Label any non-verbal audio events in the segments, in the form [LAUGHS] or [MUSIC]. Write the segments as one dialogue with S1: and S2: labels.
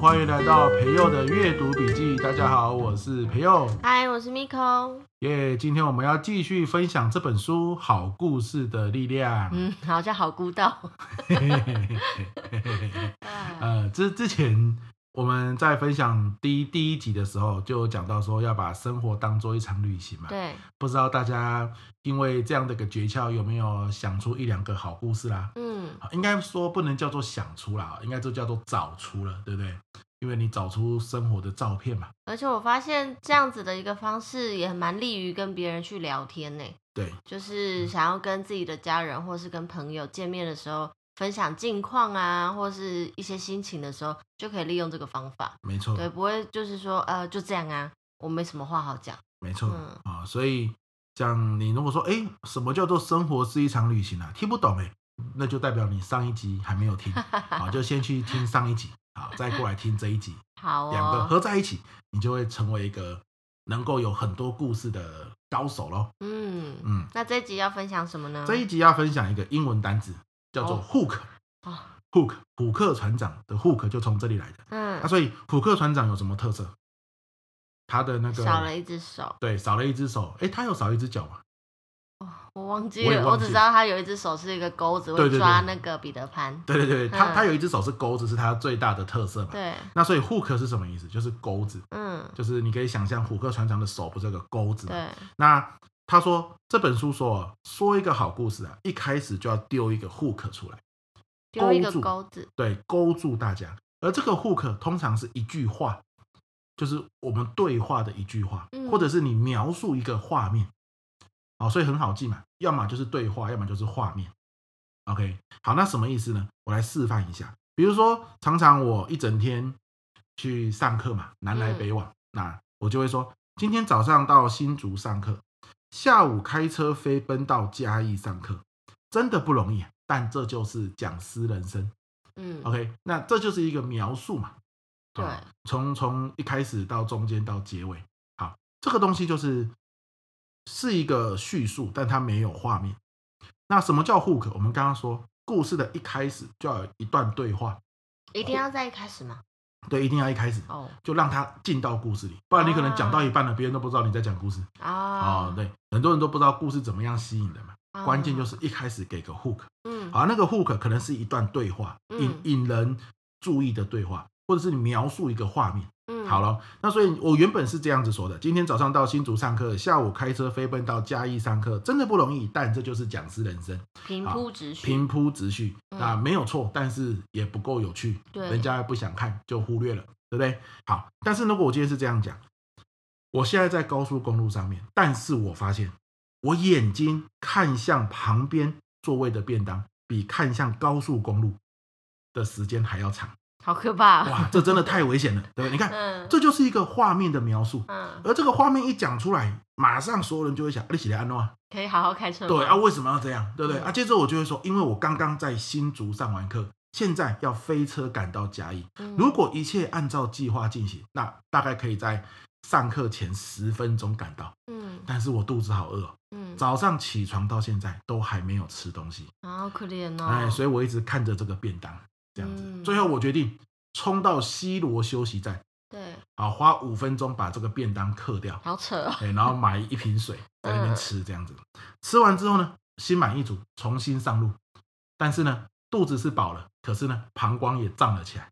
S1: 欢迎来到培佑的阅读笔记。大家好，我是培佑。
S2: 嗨，我是 Miko。
S1: 耶、今天我们要继续分享这本书《好故事的力量》。
S2: 嗯，好像好孤 [LAUGHS] 道。啊
S1: 呃，之之前我们在分享第一第一集的时候，就有讲到说要把生活当做一场旅行嘛。
S2: 对，
S1: 不知道大家因为这样的一个诀窍，有没有想出一两个好故事啦？
S2: 嗯，
S1: 好应该说不能叫做想出啦，应该就叫做找出了，对不对？因为你找出生活的照片嘛。
S2: 而且我发现这样子的一个方式也蛮利于跟别人去聊天呢，
S1: 对，
S2: 就是想要跟自己的家人或是跟朋友见面的时候。分享近况啊，或是一些心情的时候，就可以利用这个方法，
S1: 没错，
S2: 对，不会就是说，呃，就这样啊，我没什么话好讲，
S1: 没错啊、
S2: 嗯
S1: 所以像你如果说，哎、什么叫做生活是一场旅行啊？听不懂哎、那就代表你上一集还没有
S2: [LAUGHS]
S1: 听，好，就先去听上一集，好，再过来听这一
S2: [LAUGHS]
S1: 集，
S2: 好
S1: 两个
S2: 哦，
S1: 合在一起，你就会成为一个能够有很多故事的高手咯。
S2: 嗯，
S1: 嗯，
S2: 那这一集要分享什么呢？
S1: 这一集要分享一个英文单词，叫做
S2: 哦
S1: hook。
S2: 哦
S1: hook 虎克船长的 hook 就从这里来的。啊
S2: 嗯
S1: 那、，所以虎克船长有什么特色？他的那个
S2: 少了一只手，
S1: 对少了一只手，哎，他有少一只脚吗？
S2: 我忘记
S1: 我也
S2: 了，我
S1: 忘
S2: 只
S1: 记
S2: 知道他有一只手是一个钩子，
S1: 对
S2: 会
S1: 对对
S2: 抓那个彼得潘。
S1: 对对对，他
S2: 嗯
S1: 他有一只手是钩子，是他最大的特色嘛。
S2: 对，
S1: 那所以 hook 是什么意思？就是钩子，
S2: 嗯，
S1: 就是你可以想象虎克船长的手不是有个钩子嘛？
S2: 对，
S1: 那他说这本书说说一个好故事啊，一开始就要丢一个 hook 出来，
S2: 丢一个
S1: 钩住
S2: 钩子，
S1: 对，勾住大家。而这个 hook 通常是一句话，就是我们对话的一句话，
S2: 嗯
S1: 或者是你描述一个画面，好、所以很好记嘛，要么就是对话，要么就是画面。OK，好，那什么意思呢？我来示范一下，比如说，常常我一整天去上课嘛，南来
S2: 嗯
S1: 北往，那我就会说，今天早上到新竹上课，下午开车飞奔到嘉义上课，真的不容易啊，但这就是讲师人生。
S2: 嗯
S1: OK，那这就是一个描述嘛。
S2: 对
S1: 啊从从一开始到中间到结尾，好，这个东西就是是一个叙述，但它没有画面。那什么叫 hook？我们刚刚说，故事的一开始就要有一段对话，
S2: 一定要在一开始嘛。
S1: 对，一定要一开始
S2: 哦
S1: 就让它进到故事里，不然你可能讲到一半了，别人都不知道你在讲故事。
S2: 啊
S1: 哦，，对，很多人都不知道故事怎么样吸引人嘛。
S2: 啊
S1: 关键就是一开始给个 hook。
S2: 嗯，
S1: 好，那个 hook 可能是一段对话，引
S2: 嗯
S1: 引人注意的对话，或者是你描述一个画面。
S2: 嗯
S1: 好，了，那所以我原本是这样子说的：今天早上到新竹上课，下午开车飞奔到嘉义上课，真的不容易，但这就是讲师人生，
S2: 平铺直叙，
S1: 啊平铺直叙
S2: 嗯
S1: 啊，没有错，但是也不够有趣，
S2: 对
S1: 人家不想看就忽略了，对不对？好，但是如果我今天是这样讲，我现在在高速公路上面，但是我发现我眼睛看向旁边座位的便当，比看向高速公路的时间还要长，
S2: 好可怕。
S1: 哇，这真的太危险了，对不对？你看。
S2: 啊嗯，
S1: 这就是一个画面的描述，
S2: 嗯，
S1: 而这个画面一讲出来，马上所有人就会想，啊你起来安诺啊，
S2: 可以好好开车吗。
S1: 对啊，为什么要这样，对不对？
S2: 嗯
S1: 啊，接着我就会说，因为我刚刚在新竹上完课，现在要飞车赶到嘉义。
S2: 嗯
S1: 如果一切按照计划进行，那大概可以在上课前十分钟赶到。
S2: 嗯
S1: 但是我肚子好饿哦，
S2: 嗯，
S1: 早上起床到现在都还没有吃东西，
S2: 啊好可怜哦。
S1: 哎，所以我一直看着这个便当这样子。
S2: 嗯
S1: 最后我决定冲到西罗休息站，
S2: 对，
S1: 啊，花五分钟把这个便当刻掉。
S2: 好扯哦。
S1: 对，然后买一瓶水在那
S2: 嗯
S1: 边吃，这样子。吃完之后呢，心满意足，重新上路。但是呢，肚子是饱了，可是呢，膀胱也胀了起来。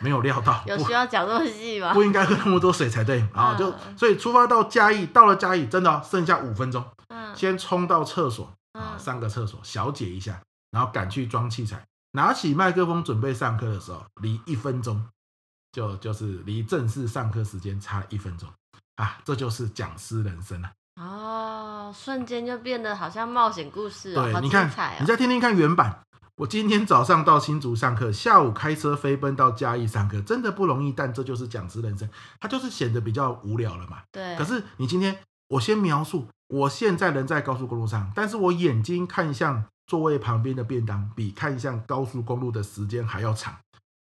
S1: 没有料到，
S2: [LAUGHS] 有需
S1: 不
S2: 要讲这么细吗？
S1: 不应该喝那么多水才对。然后就
S2: 嗯
S1: 所以出发到嘉义，到了嘉义，真的哦、剩下五分钟，
S2: 嗯
S1: 先冲到厕所啊，
S2: 嗯
S1: 上个厕所，小解一下，然后赶去装器材。拿起麦克风准备上课的时候，离一分钟就就是离正式上课时间差一分钟啊，这就是讲师人生啊。
S2: 哦，瞬间就变得好像冒险故事哦，
S1: 对，
S2: 好
S1: 你
S2: 精
S1: 看
S2: 彩，
S1: 你
S2: 哦。
S1: 再听听看原版。我今天早上到新竹上课，下午开车飞奔到嘉义上课，真的不容易，但这就是讲师人生，它就是显得比较无聊了嘛。
S2: 对，
S1: 可是你今天，我先描述，我现在人在高速公路上，但是我眼睛看向座位旁边的便当，比看向高速公路的时间还要长，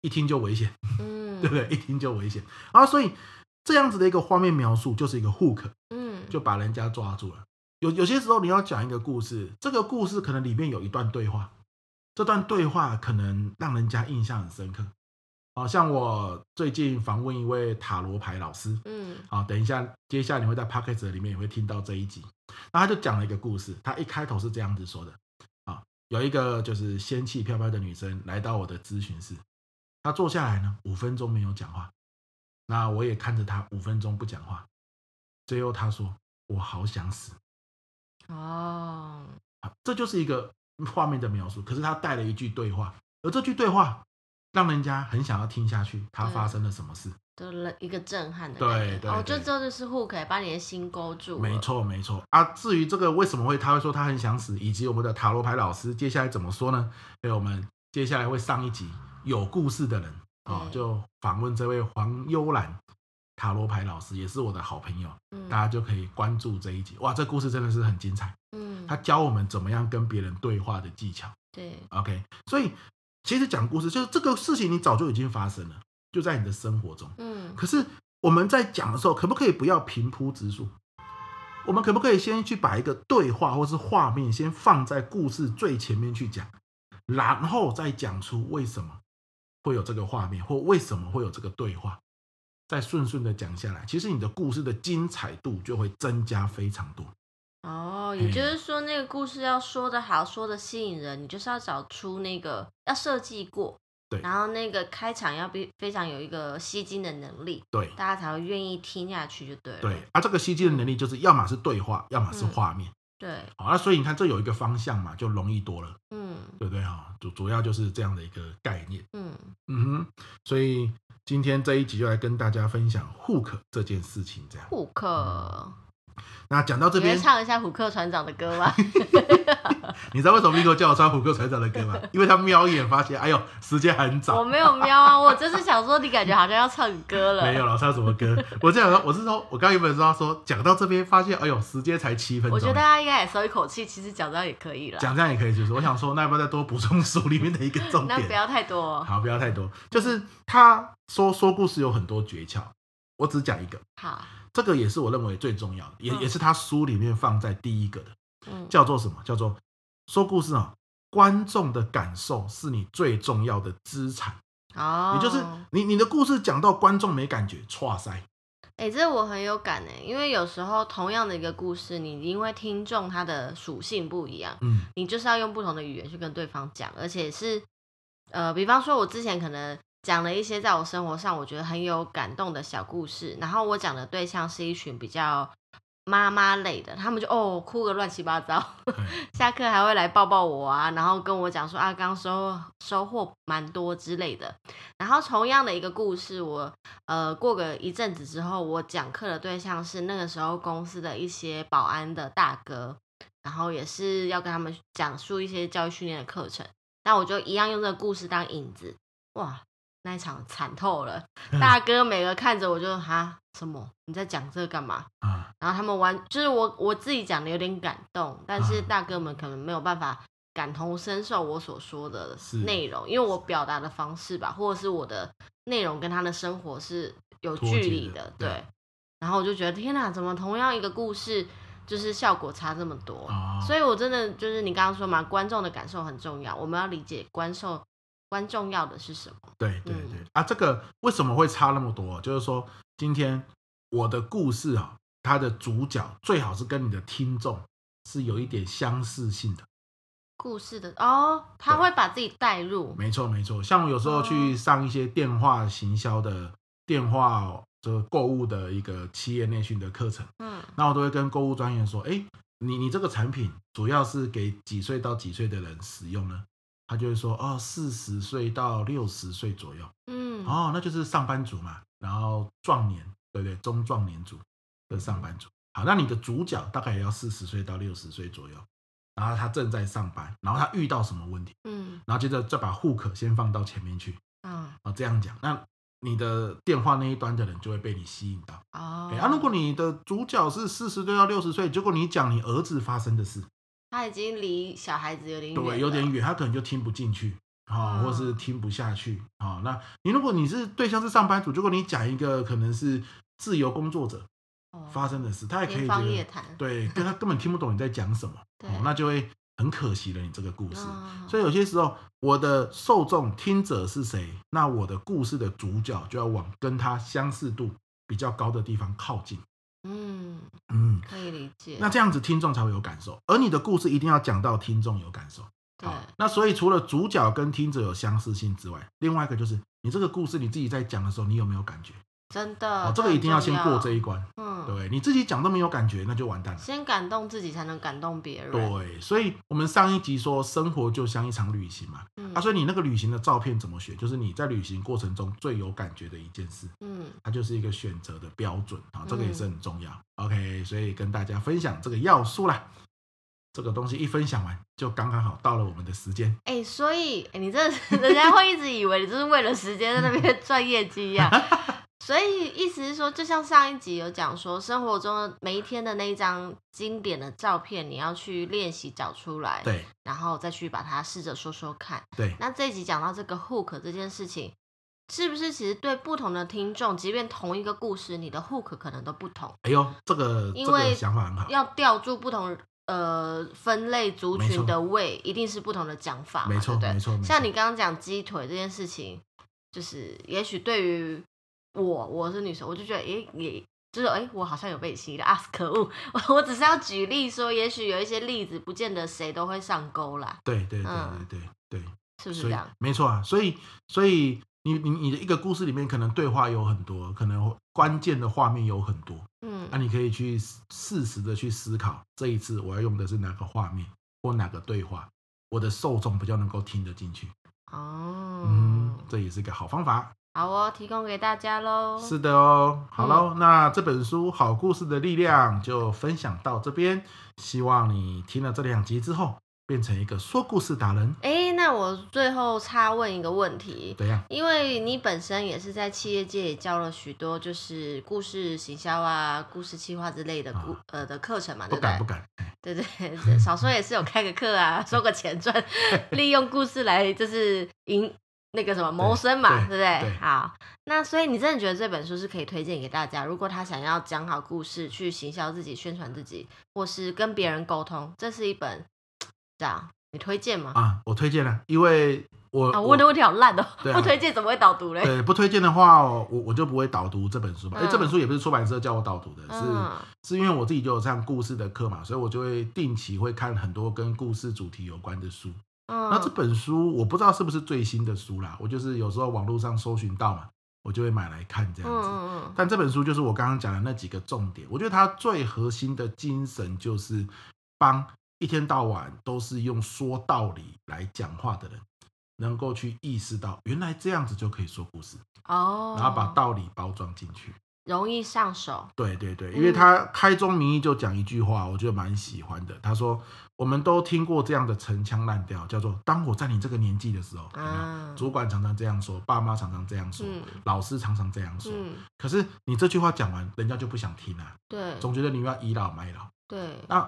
S1: 一听就危险，
S2: 嗯
S1: 对不对？一听就危险。然后所以这样子的一个画面描述，就是一个 hook，
S2: 嗯，
S1: 就把人家抓住了。有有些时候你要讲一个故事，这个故事可能里面有一段对话，这段对话可能让人家印象很深刻，好像我最近访问一位塔罗牌老师，
S2: 嗯
S1: 好，等一下，接下来你会在 p o c k e t 里面也会听到这一集。那他就讲了一个故事，他一开头是这样子说的：啊，有一个就是仙气飘飘的女生来到我的咨询室，她坐下来呢，五分钟没有讲话，那我也看着她五分钟不讲话，最后她说：“我好想死。
S2: 哦，”
S1: 啊，这就是一个画面的描述。可是她带了一句对话，而这句对话让人家很想要听下去，她发生了什么事？
S2: 得了一个震撼的
S1: 对
S2: 感觉
S1: 对
S2: 哦，就
S1: 对
S2: 这就是户可以把你的心勾住，
S1: 没，错，没错啊。至于这个为什么会他会说他很想死，以及我们的塔罗牌老师接下来怎么说呢？哎，我们接下来会上一集有故事的人哦
S2: 对，
S1: 就访问这位黄幽兰塔罗牌老师，也是我的好朋友，大
S2: 嗯
S1: 家就可以关注这一集。哇，这故事真的是很精彩，
S2: 嗯
S1: 他，教我们怎么样跟别人对话的技巧。
S2: 对，
S1: OK，所以其实讲故事就是这个事情，你早就已经发生了，就在你的生活中。
S2: 嗯
S1: 可是我们在讲的时候，可不可以不要平铺直述？我们可不可以先去把一个对话或是画面先放在故事最前面去讲，然后再讲出为什么会有这个画面，或为什么会有这个对话，再顺顺的讲下来，其实你的故事的精彩度就会增加非常多。
S2: 哦，也
S1: 嘿
S2: 就是说那个故事要说的好，说的吸引人，你就是要找出那个要设计过，
S1: 对
S2: 然后那个开场要非非常有一个吸睛的能力，
S1: 对
S2: 大家才会愿意听下去就对了，
S1: 对，啊，这个吸睛的能力就是要么是对话，要么是
S2: 嗯
S1: 画面。
S2: 对，
S1: 好，啊那所以你看，这有一个方向嘛，就容易多了，
S2: 嗯
S1: 对不对哈？主主要就是这样的一个概念。
S2: 嗯
S1: 嗯哼，所以今天这一集就来跟大家分享 hook 这件事情，这样。
S2: 虎克，
S1: 那讲到这
S2: 你会
S1: 边，
S2: 唱一下虎克船长的
S1: [LAUGHS]
S2: 歌吗？
S1: 你知道为什么 Vico 叫我穿虎克船长的
S2: [LAUGHS]
S1: 歌吗？因为他瞄一眼发现，哎呦，时间很
S2: 我
S1: 早，
S2: 没有瞄啊，我就是想说你感觉好像要唱歌了。
S1: [LAUGHS] 没有了，唱什么歌？我这样说，我是说，我刚原本说说讲到这边发现，哎呦，时间才七分
S2: 我觉
S1: 钟
S2: 得大。家应该也收一口气，其实讲到也可以了，
S1: 讲这样也可以，就是我想说，那要不要再多补充书里面的一个重
S2: 那不
S1: 点？
S2: 要太多、哦。
S1: 好，不要太多。就是他说说故事有很多诀窍，我只讲一个，
S2: 好，
S1: 这个也是我认为最重要的，也
S2: 嗯
S1: 也是他书里面放在第一个的。
S2: 嗯，
S1: 叫做什么？叫做说故事啊、观众的感受是你最重要的资产。
S2: 哦，
S1: 也就是你你的故事讲到观众没感觉，哇塞，
S2: 哎、这我很有感哎，因为有时候同样的一个故事，你因为听众他的属性不一样，
S1: 嗯，
S2: 你就是要用不同的语言去跟对方讲，而且是呃，比方说我之前可能讲了一些在我生活上我觉得很有感动的小故事，然后我讲的对象是一群比较妈妈类的，他们就哦哭个乱七八糟， [LAUGHS] 下课还会来抱抱我啊，然后跟我讲说啊，刚收收获蛮多之类的。然后同样的一个故事，我呃过个一阵子之后，我讲课的对象是那个时候公司的一些保安的大哥，然后也是要跟他们讲述一些教育训练的课程。那我就一样用这个故事当引子，哇，那一场惨透
S1: [LAUGHS]
S2: 了，大哥每个看着我就哈什么你在讲这个干嘛？
S1: 啊，
S2: 然后他们完，就是我我自己讲的有点感动，但是
S1: 啊
S2: 大哥们可能没有办法感同身受我所说的
S1: 是
S2: 内容，因为我表达的方式吧，或者是我的内容跟他的生活是有
S1: 脱
S2: 距
S1: 节
S2: 离
S1: 的
S2: 的，
S1: 对
S2: 对。然后我就觉得天哪，怎么同样一个故事，就是效果差这么多？
S1: 哦
S2: 所以我真的就是你刚刚说嘛，观众的感受很重要，我们要理解观受观众要的是什么。
S1: 对对
S2: 嗯
S1: 对、啊，这个为什么会差那么多？啊就是说，今天我的故事啊，它的主角最好是跟你的听众是有一点相似性的。
S2: 故事的哦，他
S1: 对
S2: 会把自己带入，
S1: 没错没错，像我有时候
S2: 哦
S1: 去上一些电话行销的电话这购物的一个企业内训的课程。
S2: 嗯
S1: 那我都会跟购物专员说，哎，你你这个产品主要是给几岁到几岁的人使用呢？他就会说，哦，四十岁到六十岁左右，
S2: 嗯，
S1: 哦，那就是上班族嘛，然后壮年，对不对？中壮年族的上班族。好，那你的主角大概也要四十岁到六十岁左右，然后他正在上班，然后他遇到什么问题，
S2: 嗯
S1: 然后接着再把户口先放到前面去，
S2: 啊
S1: 啊，这样讲，那你的电话那一端的人就会被你吸引到。
S2: 哦
S1: 对啊，如果你的主角是四十岁到六十岁，结果你讲你儿子发生的事，
S2: 他已经离小孩子有点远了，
S1: 对，有点远，他可能就听不进去啊、
S2: 嗯
S1: 或是听不下去啊、那你如果你是对象是上班族，结果你讲一个可能是自由工作者
S2: 哦，
S1: 发生的事，他也可
S2: 天
S1: 以
S2: 方
S1: 觉
S2: 夜
S1: 得
S2: 谭。
S1: 对，跟他根本听不懂你在讲什么，
S2: 对
S1: 哦哦那就会很可惜了你这个故事。
S2: 嗯
S1: 所以有些时候，我的受众听者是谁，那我的故事的主角就要往跟他相似度比较高的地方靠近。
S2: 嗯，
S1: 嗯，
S2: 可以理解。
S1: 那这样子听众才会有感受，而你的故事一定要讲到听众有感受。
S2: 对，
S1: 那所以除了主角跟听者有相似性之外，另外一个就是你这个故事你自己在讲的时候，你有没有感觉？
S2: 真的，
S1: 哦，这个一定要
S2: 很
S1: 先
S2: 重
S1: 过这一关，对不
S2: 嗯，
S1: 对？你自己讲都没有感觉，那就完蛋了。
S2: 先感动自己，才能感动别人。，
S1: 对，所以我们上一集说生活就像一场旅行嘛，
S2: 嗯
S1: 啊，所以你那个旅行的照片怎么选？就是你在旅行过程中最有感觉的一件事，
S2: 嗯，
S1: 它就是一个选择的标准啊，这个也是很重要。OK，所以跟大家分享这个要素啦。这个东西一分享完，就刚刚好到了我们的时间。
S2: 哎、所以、哎你这 [LAUGHS] 人家会一直以为你就是为了时间在那边赚业绩一样。 [LAUGHS] 所以意思是说，就像上一集有讲说，生活中的每一天的那一张经典的照片，你要去练习找出来，
S1: 对
S2: 然后再去把它试着说说看。
S1: 对，
S2: 那这一集讲到这个 hook 这件事情，是不是其实对不同的听众，即便同一个故事，你的 hook 可能都不同，
S1: 哎呦，这个这
S2: 因
S1: 个
S2: 为
S1: 想法很好，
S2: 要吊住不同呃分类族
S1: 啊没错
S2: 群的胃，一定是不同的讲法嘛，
S1: 没错
S2: 对不对
S1: 没错没错。
S2: 像你刚刚讲鸡腿这件事情，就是也许对于我，我是女生，我就觉得，诶、也就是诶、我好像有被你吸引了啊！可恶， [LAUGHS] 我我只是要举例说，也许有一些例子，不见得谁都会上钩啦，
S1: 对对对对
S2: 嗯
S1: 对对，
S2: 是不
S1: 所
S2: 是这
S1: 以
S2: 样？
S1: 没错啊，所以所以你你你的一个故事里面，可能对话有很多，可能关键的画面有很多，
S2: 嗯
S1: 啊那、，你可以去适时的去思考，这一次我要用的是哪个画面或哪个对话，我的受众比较能够听得进去。
S2: 哦，
S1: 嗯，这也是个好方法。
S2: 好哦，提供给大家喽。
S1: 是的哦，好喽，
S2: 嗯
S1: 那这本书《好故事的力量》就分享到这边，希望你听了这两集之后，变成一个说故事达人。
S2: 诶，那我最后插问一个问题，
S1: 怎样？
S2: 因为你本身也是在企业界也教了许多就是故事行销啊、故事企划之类的故、
S1: 啊
S2: 呃的课程嘛，对
S1: 不
S2: 不
S1: 敢
S2: 对
S1: 不？敢，
S2: 对对对，少说也是有开个课啊，收个钱赚，利用故事来就是赢那个什么谋生嘛，
S1: 对
S2: 对不对？
S1: 对
S2: 好，那所以你真的觉得这本书是可以推荐给大家，如果他想要讲好故事，去行销自己、宣传自己，或是跟别人沟通，这是一本这样你推荐吗？
S1: 啊，我推荐了，因为我、
S2: 啊，我问的问题好烂哦，
S1: 对啊
S2: 不推荐怎么会导读
S1: [LAUGHS]
S2: 嘞？
S1: 对不推荐的话，哦我我就不会导读这本书嘛。哎、
S2: 嗯
S1: 这本书也不是出版社叫我导读的，是、
S2: 嗯
S1: 是因为我自己就有这样故事的课嘛，所以我就会定期会看很多跟故事主题有关的书。那这
S2: 嗯，
S1: 本书我不知道是不是最新的书啦，我就是有时候网络上搜寻到嘛，我就会买来看这
S2: 嗯
S1: 样子。
S2: 嗯
S1: 但这本书就是我刚刚讲的那几个重点，我觉得它最核心的精神就是帮一天到晚都是用说道理来讲话的人，能够去意识到原来这样子就可以说故事，
S2: 嗯，哦，
S1: 然后把道理包装进去。
S2: 容易上手，
S1: 对对对，
S2: 嗯
S1: 因为他开宗明义就讲一句话，我觉得蛮喜欢的。他说：“我们都听过这样的陈腔滥调，叫做‘当我在你这个年纪的时候’，有没有
S2: 啊
S1: 主管常常这样说，爸妈常常这样说，
S2: 嗯
S1: 老师常常这样说。
S2: 嗯，
S1: 可是你这句话讲完，人家就不想听啦、
S2: 对
S1: 总觉得你又要倚老卖老。
S2: 对，
S1: 那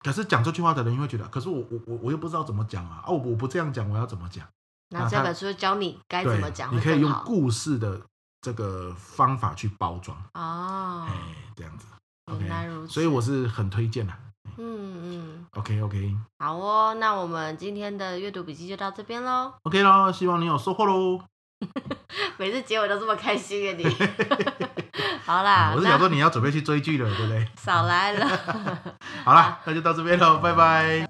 S1: 可是讲这句话的人又会觉得，可是我我我我又不知道怎么讲啊，啊我我不这样讲，我要怎么讲？
S2: 那这本书教你该怎么讲
S1: 你
S2: 会
S1: 可以
S2: 更
S1: 用
S2: 好
S1: 故事的这个方法去包装，
S2: 哦
S1: 哎、，这样子。OK，
S2: 原来如此。
S1: 所以我是很推荐的、啊
S2: 嗯嗯，
S1: OK OK
S2: 好哦，那我们今天的阅读笔记就到这边喽。
S1: OK 咯，希望你有收获喽。
S2: 每次结尾都这么开心啊耶，你。 [LAUGHS] 好啦，
S1: 啊嗯我是
S2: 那
S1: 想说你要准备去追剧了，对不对？
S2: 少来了。
S1: 好啦，那就到这边喽，拜拜。